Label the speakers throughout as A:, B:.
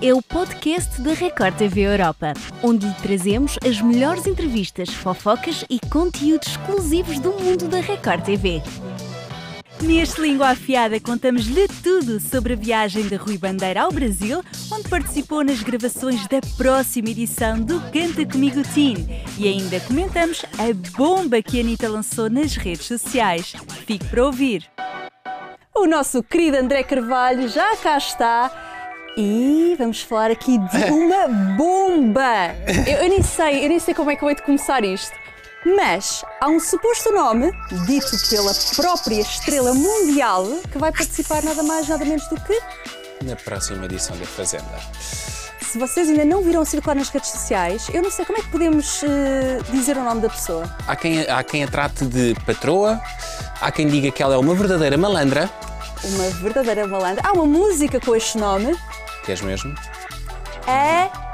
A: é o podcast da Record TV Europa, onde lhe trazemos as melhores entrevistas, fofocas e conteúdos exclusivos do mundo da Record TV. Neste Língua Afiada contamos-lhe tudo sobre a viagem de Rui Bandeira ao Brasil, onde participou nas gravações da próxima edição do Canta Comigo Teen e ainda comentamos a bomba que a Anitta lançou nas redes sociais. Fique para ouvir!
B: O nosso querido André Carvalho já cá está e vamos falar aqui de uma bomba. Eu, eu nem sei, eu nem sei como é que eu hei de começar isto. Mas há um suposto nome, dito pela própria estrela mundial, que vai participar nada mais nada menos do que.
C: na próxima edição da Fazenda.
B: Se vocês ainda não viram circular nas redes sociais, eu não sei como é que podemos eh, dizer o nome da pessoa.
C: Há quem, há quem a trate de patroa, há quem diga que ela é uma verdadeira malandra.
B: Uma verdadeira malandra. Há uma música com este nome.
C: Queres mesmo?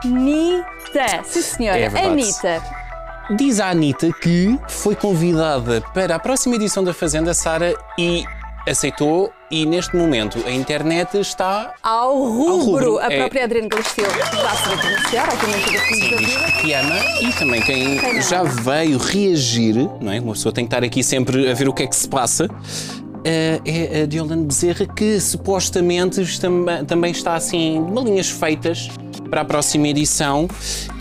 B: Anitta. Sim, senhora.
C: É verdade.
B: Anitta.
C: Diz a Anitta que foi convidada para a próxima edição da Fazenda Sara e aceitou, e neste momento a internet está.
B: Ao rubro,
C: rubro,
B: a
C: é.
B: própria Adriana Galisteu está a se pronunciar, obviamente, da
C: Quem diz
B: vida.
C: que te ama e também
B: Quem
C: quem
B: não
C: já
B: ama.
C: veio reagir, não é? Uma pessoa tem que estar aqui sempre a ver o que é que se passa. eh, É a Diolane Bezerra que supostamente tam- também está assim, de malinhas feitas para a próxima edição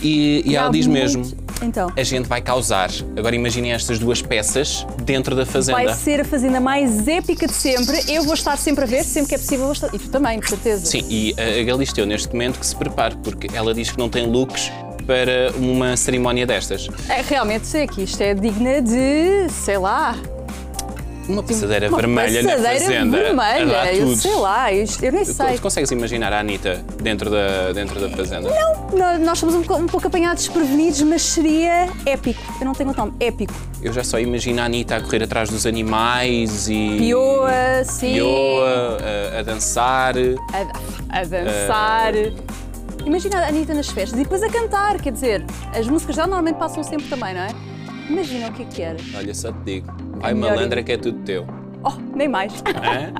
C: e, e ela diz mesmo: É
B: Então,
C: a gente vai causar. Agora imaginem estas duas peças dentro da fazenda.
B: vai ser a fazenda mais épica de sempre. Eu vou estar sempre a ver, sempre que é possível. Vou estar... E tu também, de certeza.
C: Sim, e a a Galisteu neste momento que se prepare, porque ela diz que não tem looks para uma cerimónia destas.
B: É, realmente, sei que isto é digna de, sei lá,
C: Uma passadeira
B: uma
C: vermelha na
B: passadeira
C: fazenda. a
B: vermelha.
C: dar
B: Eu
C: tudo.
B: sei lá, isto, eu nem
C: Tu-
B: sei.
C: Tu consegues imaginar a Anitta dentro da, dentro da fazenda?
B: Nó- Nós somos um, co- um pouco apanhados desprevenidos, mas seria épico. Eu não tenho o nome, épico.
C: Eu já só imagino a Anitta a correr atrás dos animais e.
B: Pioa, sim.
C: Pioa, a, a dançar.
B: a, a dançar. É. Imagina a Anitta nas festas e depois a cantar, quer dizer, as músicas dela normalmente passam sempre também, não é? Imagina o que é que era.
C: Olha, só te digo. Ai,
B: Melhor
C: malandra, que é tudo teu.
B: Oh, nem mais.
C: Hã?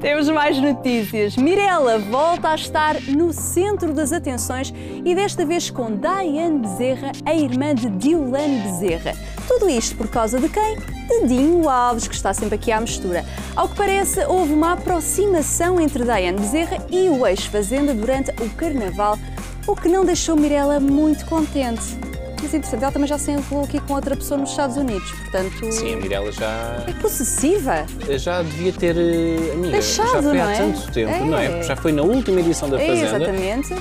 B: Temos mais notícias. Mirella volta a estar no centro das atenções e desta vez com Diane Bezerra, a irmã de Diolane Bezerra. Tudo isto por causa de quem? De Dinho Alves, que está sempre aqui à mistura. Ao que parece, houve uma aproximação entre Diane Bezerra e o ex-fazenda durante o Carnaval, o que não deixou Mirella muito contente. Mas é interessante, ela também já se enrolou aqui com outra pessoa nos Estados Unidos, portanto...
C: Sim, a Mirella já.
B: É possessiva?
C: já devia ter eh, amiga.
B: Deixado,
C: já foi
B: não
C: há
B: é?
C: tanto tempo, não é?
B: É.
C: Porque Já foi na última edição da
B: É,
C: Fazenda.
B: exatamente.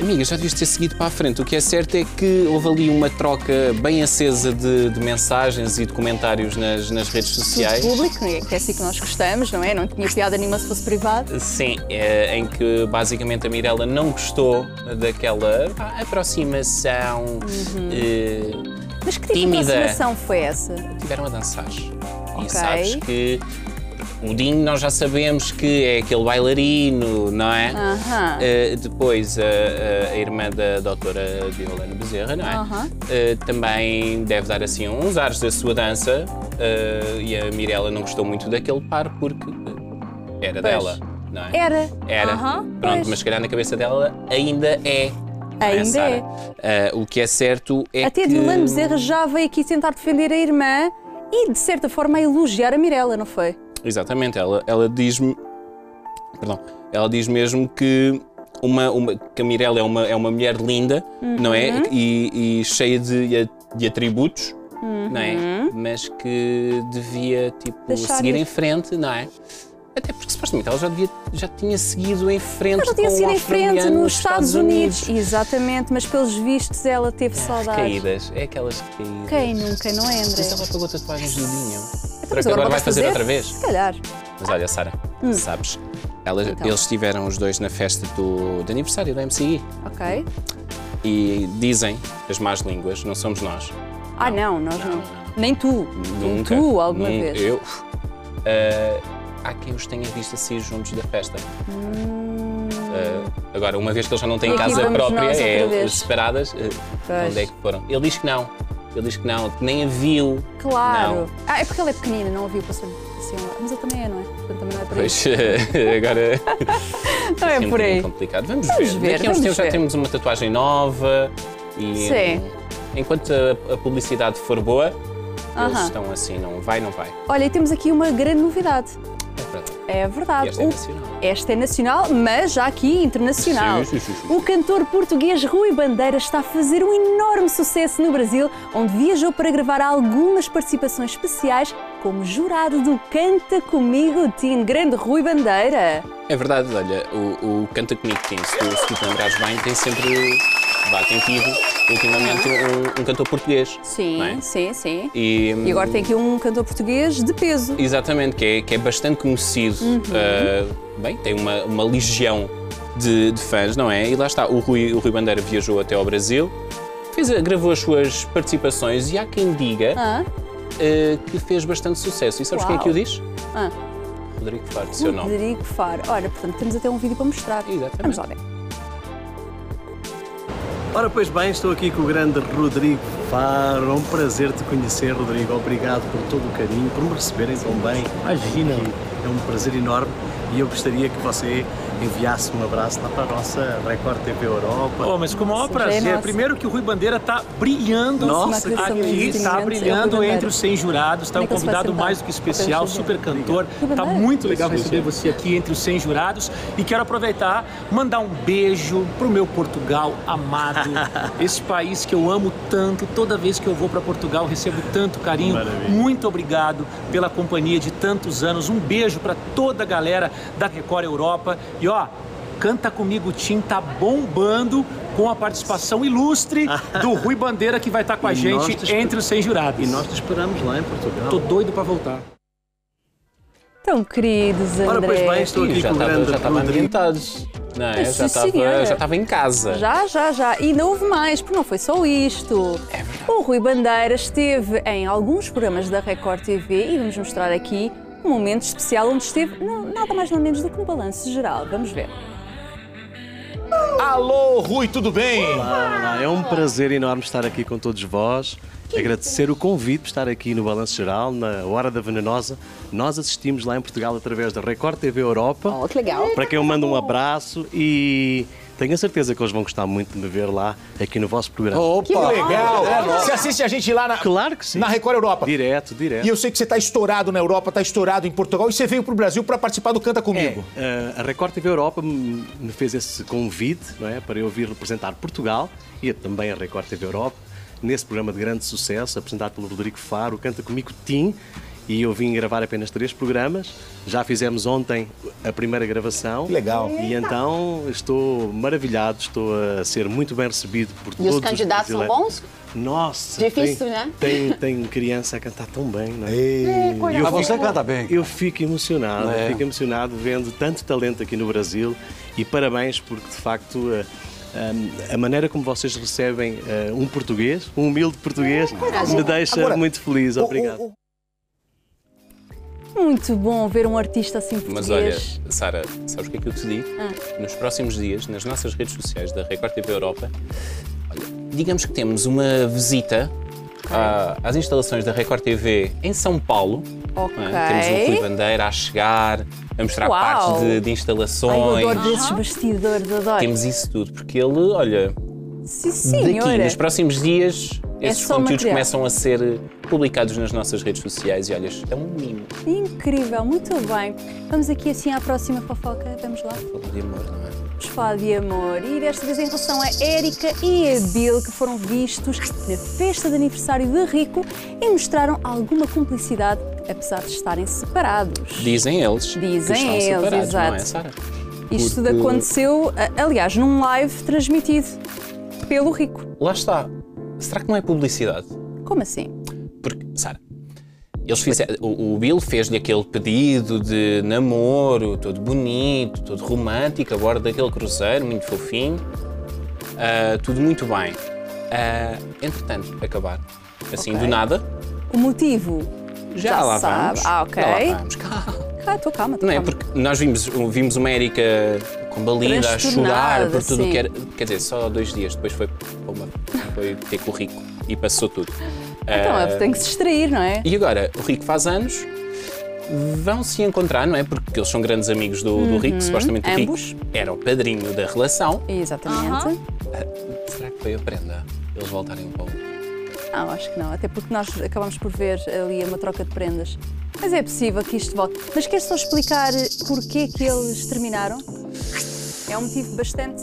C: Amiga, já devias ter seguido para a frente. O que é certo é que houve ali uma troca bem acesa de, de mensagens e de comentários nas, nas redes
B: tudo
C: sociais.
B: público, né, que é assim que nós gostamos, não é? Não tinha piada nenhuma se fosse privado.
C: Sim, é, em que basicamente a Mirella não gostou daquela pá, aproximação.
B: Uhum.
C: eh,
B: Mas que tipo
C: Tímida.
B: de aproximação foi essa?
C: tiveram a dançar.
B: Ok.
C: E sabes que o Dinho nós já sabemos que é aquele bailarino, não é?
B: Aham.
C: Eh, depois a, a- a irmã da doutora Violana Bezerra, não é?
B: Aham.
C: Eh, também deve dar assim uns ares da sua dança eh, e a Mirella não gostou muito daquele par porque eh,
B: Pois.
C: era dela, não é?
B: Era.
C: Era.
B: Aham,
C: Pronto,
B: pois.
C: mas se calhar na cabeça dela ainda é. não
B: Ainda
C: Sara?
B: é.
C: Ah, o que é certo é
B: Até
C: que.
B: Dilano Bezerra já veio aqui tentar defender a irmã e, de certa forma, a elogiar a Mirella, não foi?
C: Exatamente, ela, ela diz-me. Perdão. Ela diz mesmo que. Uma, uma, que a Mirella é uma, é uma mulher linda, não é?
B: Uhum.
C: E, e cheia de, de atributos, não é? Mas que devia, tipo,
B: Uhum. Deixar ir.
C: seguir em frente, não é? Até porque supostamente ela já, devia, já tinha seguido em frente.
B: Ela já tinha
C: com o
B: sido em frente
C: australiano
B: nos Estados Unidos. Exatamente, mas pelos vistos ela teve saudades.
C: Caídas, é aquelas caídas.
B: Quem nunca, não é, André? Então,
C: Mas ela pagou tatuagens do Dinho. Será
B: mas
C: que agora vai
B: vais
C: fazer, outra vez?
B: Se calhar.
C: Mas olha, Sara, sabes, elas-
B: Hum. Então.
C: eles estiveram os dois na festa do, de aniversário da MCI
B: Ok.
C: e dizem, as más línguas, não somos nós.
B: Ah, não, nós não. Nem tu. Nem
C: Nunca.
B: tu, alguma
C: nun-
B: vez.
C: Eu. ah, há quem os tenha visto assim juntos da festa. Ah, agora, uma vez que eles já não têm
B: Hum. E aqui
C: casa
B: vamos
C: própria,
B: nós outra
C: é,
B: vez.
C: separadas, ah,
B: Pois.
C: onde é que foram? Ele diz que não. Ele diz que não, que nem a viu.
B: Claro.
C: Não.
B: Ah, é porque ela é pequenina, não ouviu passar assim lá. Mas ele também é, não é? Portanto, também não é para
C: Pois, agora
B: Não é
C: assim um
B: por aí.
C: bocadinho complicado. Vamos,
B: Vamos
C: ver.
B: ver,
C: Daqui a uns
B: vamos
C: tempos
B: ver.
C: já temos uma tatuagem nova e.
B: Sim.
C: um, enquanto a, a publicidade for boa, eles
B: Aham.
C: estão assim, não vai, não vai.
B: Olha, e temos aqui uma grande novidade.
C: É verdade.
B: É
C: E
B: verdade.
C: esta é
B: O-
C: nacional.
B: Esta é nacional, mas já aqui internacional.
C: Sim, sim, sim, sim.
B: O cantor português Rui Bandeira está a fazer um enorme sucesso no Brasil, onde viajou para gravar algumas participações especiais como jurado do Canta Comigo Teen. Grande Rui Bandeira!
C: É verdade, olha, o, o Canta Comigo Team, se tu, se tu te lembrares bem, tem sempre. Vá, tem tido ultimamente um, um cantor português. não é?
B: sim, sim.
C: E,
B: E agora tem aqui um cantor português de peso.
C: Exatamente, que é, que é bastante conhecido.
B: Uhum.
C: Ah, bem, tem uma, uma legião de, de fãs, não é? E lá está, o Rui, o Rui Bandeira viajou até ao Brasil, fez, a- gravou as suas participações e há quem diga
B: Ah,
C: ah, que fez bastante sucesso. E sabes quem é que o
B: Uau.
C: diz?
B: ah.
C: Rodrigo Faro, de seu nome.
B: Rodrigo Faro. Ora, portanto, temos até um vídeo para mostrar.
C: Exatamente.
B: Vamos lá ver.
D: Ora, pois bem, estou aqui com o grande Rodrigo Faro. É um prazer te conhecer, Rodrigo. Obrigado por todo o carinho, por me receberem tão bem. Imagina. É um prazer enorme e eu gostaria que você enviasse um abraço lá para a nossa Record TV Europa.
E: Oh, mas com o maior
B: Sim,
E: prazer.
B: nossa.
E: Primeiro que o Rui Bandeira tá brilhando.
D: Nossa,
B: Uma questão
E: aqui
B: muito
E: tá
B: imensa. É o Rui
E: brilhando
B: Bandeira.
E: entre os 100 jurados. Tá
B: Como
E: um
B: é que você vai
E: convidado
B: sentar?
E: mais do que especial,
B: Deixa eu ver.
E: super cantor.
B: Rui
E: Tá
B: Bandeira.
E: muito legal
D: Deixa eu
E: receber
D: ver.
E: você aqui entre os 100 jurados. E quero aproveitar, mandar um beijo pro meu Portugal amado. Esse país que eu amo tanto. Toda vez que eu vou para Portugal, recebo tanto carinho.
D: Maravilha.
E: Muito obrigado pela companhia de tantos anos. Um beijo para toda a galera da Record Europa. E ó, Canta Comigo Tim tá bombando com a participação ilustre do Rui Bandeira, que vai estar com a
D: E nós te
E: gente
D: esper-
E: entre os 100 jurados.
D: E nós te esperamos lá em Portugal.
E: Tô doido para voltar.
B: Tão Então, queridos, André.
D: Ora, pois bem, estou
C: E
D: aqui
C: já
D: com o
C: estava-
D: grande
C: já estava
D: Rodrigo.
C: ambientado. Não é?
B: Sim,
C: Já estava
B: senhora.
C: já estava em casa.
B: Já, já, já. E não houve mais, porque não foi só isto.
C: É
B: o Rui Bandeira esteve em alguns programas da Record TV e vamos mostrar aqui um momento especial onde esteve não, nada mais nem menos do que no balanço geral. Vamos ver.
F: Alô, Rui, tudo bem?
D: Olá, olá. É um prazer enorme estar aqui com todos vós. Agradecer o convite por estar aqui no Balanço Geral, na Hora da Venenosa. Nós assistimos lá em Portugal através da Record TV Europa.
G: Oh, que legal.
D: Para quem eu mando um abraço e tenho a certeza que eles vão gostar muito de me ver lá aqui no vosso programa.
F: Que legal!
H: É,
F: Você assiste a gente lá na,
D: Claro que sim.
F: na Record Europa.
D: Direto,
H: né?
D: direto.
F: E eu sei que você tá estourado na Europa, tá estourado em Portugal e você veio pro Brasil para participar do Canta
H: É.
F: Comigo. Tá
D: Eh, a Record TV Europa me me fez esse convite não é, para eu vir representar Portugal e também a Record TV Europa nesse programa de grande sucesso apresentado pelo Rodrigo Faro, Canta Comigo Tim. E eu vim gravar apenas três programas. Já fizemos ontem a primeira gravação.
F: Que legal.
D: E então estou maravilhado, estou a ser muito bem recebido por
G: E
D: todos
G: os candidatos são
D: brasileiros.
G: bons?
D: Nossa!
G: Difícil,
D: tem,
G: né?
D: Tem, tem criança a cantar tão bem, não é?
F: Ei,
D: eu
H: Mas você
D: fico-
H: canta bem.
D: Eu fico emocionado,
H: É.
D: fico emocionado vendo tanto talento aqui no Brasil e parabéns porque de facto eh, eh, a, maneira como vocês recebem eh, um português, um humilde português, me deixa
F: Agora,
D: é muito feliz.
F: o-
D: Obrigado.
F: o- o-
B: Muito bom ver um artista assim português. Ah.
C: Mas olha, Sara, sabes o que é que eu te digo? Nos próximos dias, nas nossas redes sociais da Record TV Europa, olha, digamos que temos uma visita à- às instalações da Record TV em São Paulo.
B: Ok.
C: não é? Temos o Rui Bandeira a chegar, a mostrar
B: Uau.
C: partes de, de
B: Ai, eu
C: instalações.
B: adoro desses bastidores, adoro.
C: Temos isso tudo, porque ele, olha,
B: Sim,
C: daqui,
B: senhora.
C: nos próximos dias,
B: É
C: esses
B: só
C: conteúdos
B: material.
C: começam a ser publicados nas nossas redes sociais e olha, isto é um mimo
B: Incrível, muito bem. Vamos aqui assim à próxima fofoca. Vamos lá.
C: de amor, não é?
B: Vamos falar de amor e desta vez em relação a Érica e a Bill que foram vistos na festa de aniversário de Rico e mostraram alguma cumplicidade apesar de estarem separados.
C: Dizem eles. que
B: Dizem
C: estão
B: eles,
C: separados, Não é,
B: exato.
C: Sara?
B: Isto tudo
C: porque-
B: aconteceu, a- aliás, num live transmitido pelo Rico.
C: Lá está. Será que não é publicidade?
B: Como assim?
C: Porque, Sara, eles fizeram, o, o Bill fez-lhe aquele pedido de namoro, todo bonito, todo romântico, a bordo daquele cruzeiro, muito fofinho. Ah, tudo muito bem. Ah, entretanto, acabar. Assim, do nada,
B: O motivo?
C: já, lá
B: sabe.
C: vamos.
B: Ah, ok.
C: Já lá vamos. Calma.
B: Ah, estou calma, estou
C: Não é?
B: calma.
C: Porque nós vimos, vimos uma Érica com balida a chorar por tudo
B: sim.
C: o que era. Quer dizer, só dois dias depois foi, para uma, foi ter com o Rico e passou tudo.
B: Então,
C: Ah,
B: tem que se distrair, não é?
C: e agora, o Rico faz anos, vão se encontrar, não é? Porque eles são grandes amigos do, do Rick, supostamente o
B: Uhum. Ambos.
C: Rick era o padrinho da relação.
B: Exatamente.
C: Será que foi a prenda? Eles voltarem para o.
B: Não, acho que não. Até porque nós acabamos por ver ali uma troca de prendas. Mas é possível que isto volte. Mas queres só explicar porquê que eles terminaram? É um motivo bastante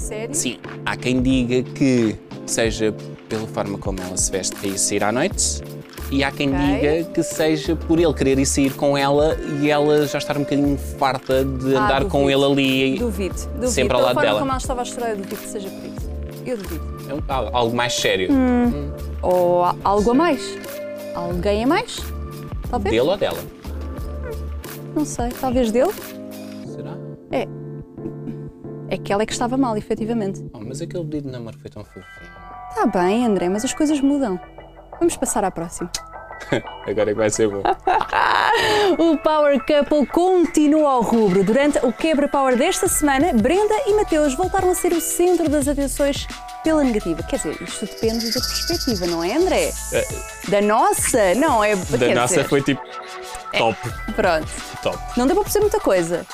B: sério.
C: Eh, Sim, há quem diga que seja pela forma como ela se veste para ir sair à noite. E há quem
B: Ok.
C: diga que seja por ele querer ir sair com ela e ela já estar um bocadinho farta de
B: Ah,
C: andar com ele
B: duvido.
C: ali.
B: Duvido, duvido.
C: Sempre ao
B: Pela
C: lado
B: forma
C: dela.
B: como ela estava a chorar, eu duvido que seja por isso. Eu duvido.
C: É um- al- Algo mais sério.
B: Hum. Ou há algo a mais? Alguém a mais? Talvez?
C: Dele ou dela?
B: Não sei. Talvez dele?
C: Será?
B: É. É que ela é que estava mal, efetivamente.
C: Oh, mas aquele pedido de namoro foi tão fofinho.
B: Está bem, André, mas as coisas mudam. Vamos passar à próxima.
C: Agora é que vai ser bom.
B: O Power Couple continua ao rubro. Durante o Quebra Power desta semana, Brenda e Mateus voltaram a ser o centro das atenções pela negativa. Quer dizer, isto depende da perspectiva, não é, André? Da nossa, não é?
C: Eh, da
B: quer
C: nossa
B: dizer, É.
C: foi tipo top,
B: Pronto,
C: top.
B: não deu para perceber muita coisa,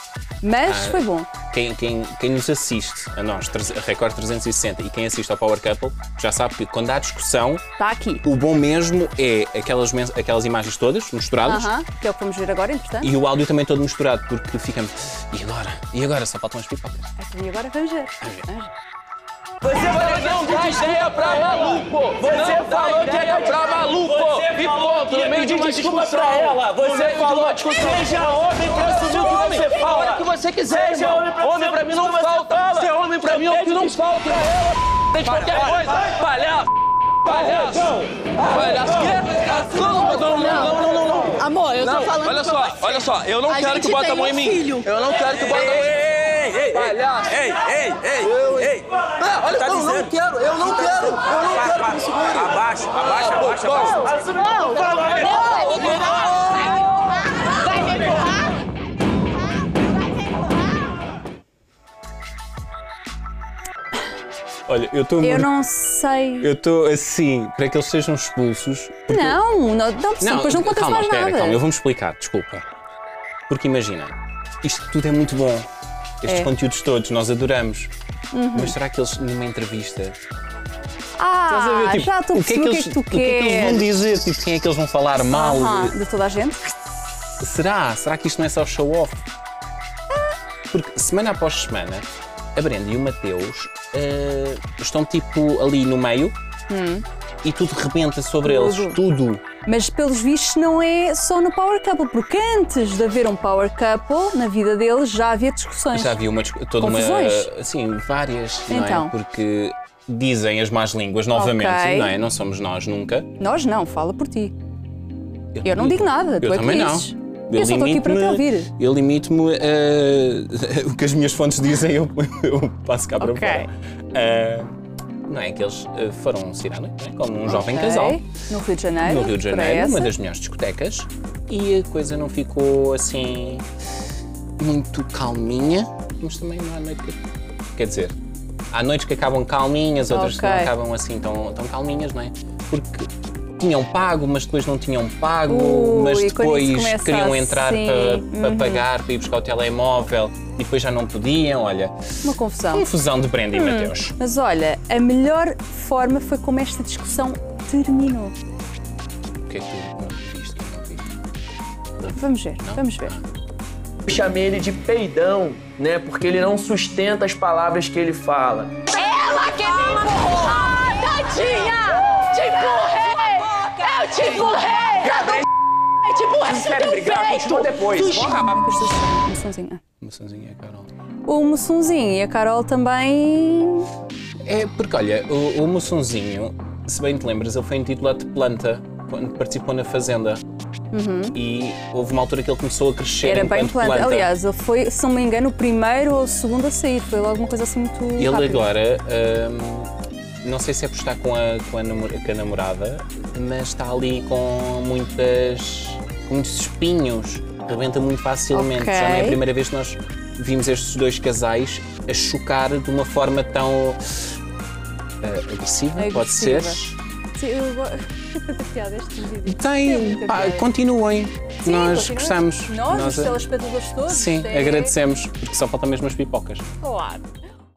B: mas
C: Ah.
B: foi bom.
C: Quem, quem, quem nos assiste a nós, treze- a Record 360, e quem assiste ao Power Couple, já sabe que quando há discussão,
B: Está Tá aqui.
C: o bom mesmo é aquelas, men- aquelas imagens todas misturadas
B: Aham, que é o que vamos ver agora, entretanto.
C: e o áudio também todo misturado, porque ficamos. E agora? E agora? Só faltam as pipocas.
B: E agora vamos ver. Vamos ver.
G: Você falou que era pra maluco! E ponto, no meio de uma desculpa pra ela! Você falou, seja homem pra assumir o que você fala! que você quiser, Seja homem pra Homem pra mim não falta! Ser homem pra mim é o que não falta! Pra ela, tem de qualquer coisa! Palhaço! Palhaço! Palhaço! Quê? Não, não, não, não, não, não!
H: Amor, eu
G: Não,
H: tô falando
G: olha
H: pra
G: só,
H: você.
G: olha só, eu não
H: A
G: quero
H: gente
G: que bota a mão em
H: tem um
G: mim.
H: filho.
G: Eu não quero que bota a mão em mim. Ei, palhaço. Ei, ei, ei, ei. Tá Não, olha, eu não quero, eu não quero, eu não quero que me segure. Abaixa, abaixa, abaixa.
H: Não, vai me empurrar? Vai me empurrar? Vai me empurrar?
C: Olha, eu estou.
B: Eu não sei.
C: Eu estou assim, para que eles sejam expulsos.
B: Não, não, não, sim, depois não contas
C: calma,
B: mais
C: espera,
B: nada.
C: calma, eu vou-me explicar, desculpa. Porque imagina, isto tudo é muito bom. Estes
B: É. Uhum.
C: conteúdos todos, nós adoramos. Mas será que eles, numa entrevista,
B: Ah,
C: Estás a ver, tipo,
B: já estou a perceber o que é que tu
C: o que é que eles vão
B: queres.
C: dizer? Tipo, quem é que eles vão falar mal?
B: Aham, de toda a gente?
C: Será? Será que isto não é só show-off? Porque semana após semana, a Brenda e o Mateus eh, estão tipo ali no meio
B: Hum.
C: e tudo rebenta sobre eles. Tudo.
B: Mas pelos vistos não é só no Power Couple, porque antes de haver um Power Couple, na vida deles já havia discussões.
C: Já havia uma, discu- toda uma.
B: Confusões?
C: Assim, várias, não
B: Então.
C: é? Porque dizem as más línguas novamente,
B: Ok.
C: não é? Não somos nós nunca.
B: Nós não, fala por ti. Eu não digo nada,
C: Eu
B: tu é que
C: também não.
B: dizes. Eu só estou aqui para te
C: limito-me-
B: ouvir.
C: Eu limito-me a o que as minhas fontes dizem, eu, eu passo cá para
B: Ok.
C: fora. Ah, não é que eles ah, foram sair à noite, não é? como um jovem
B: Ok.
C: casal,
B: No Rio de Janeiro.
C: no Rio de
B: para
C: Janeiro, uma
B: essa.
C: das melhores discotecas, e a coisa não ficou assim muito calminha, mas também não há noite que. Quer dizer, há noites que acabam calminhas, outras que não
B: Ok.
C: acabam assim tão, tão calminhas, não é? Porque tinham pago, mas depois não tinham pago,
B: Ui,
C: mas
B: quando isso
C: depois
B: começa
C: queriam entrar
B: assim,
C: para, para pagar, para ir buscar o telemóvel e depois já não podiam, olha.
B: Uma confusão.
C: Confusão de Brenda
B: Hum.
C: e Mateus.
B: Mas olha, a melhor forma foi como esta discussão terminou.
C: O que é que tu não viste? que eu não vi?
B: Vamos ver, vamos ver.
G: Eu chamei ele de peidão, né? Porque ele não sustenta as palavras que ele fala.
H: Ela que me empurrou! Ai, Ah, tadinha! Te empurrei! Eu te empurrei! Eu te empurrei! Te empurrei!
G: depois.
B: um Moçãozinho.
C: Moçãozinha, Carol.
B: O Moçãozinho e a Carol também.
C: É, porque olha, o, o Moçonzinho, se bem te lembras, ele foi intitulado de planta quando participou na Fazenda. E houve uma altura que ele começou a crescer
B: Uhum. Era bem
C: enquanto
B: planta. Aliás, ele foi, se não me engano, o primeiro ou o segundo a sair. Foi logo uma coisa assim muito.
C: Ele
B: rápida.
C: agora, hum, não sei se é por estar com a, com, a namor- com a namorada, mas está ali com muitas, com muitos espinhos, rebenta muito facilmente. Já não é a
B: Ok.
C: primeira vez que nós vimos estes dois casais a chocar de uma forma tão ah, agressiva, pode
B: Agressiva.
C: ser.
B: Sim, eu go- tanta piada estes vídeos.
C: Tem,
B: muita
C: pá,
B: piada.
C: Ah, continuem.
B: Sim,
C: Nós
B: continuem.
C: gostamos. é-
B: Nós, os telespectadores todos.
C: Sim,
B: é-
C: agradecemos, porque só faltam mesmo as pipocas.
B: Claro.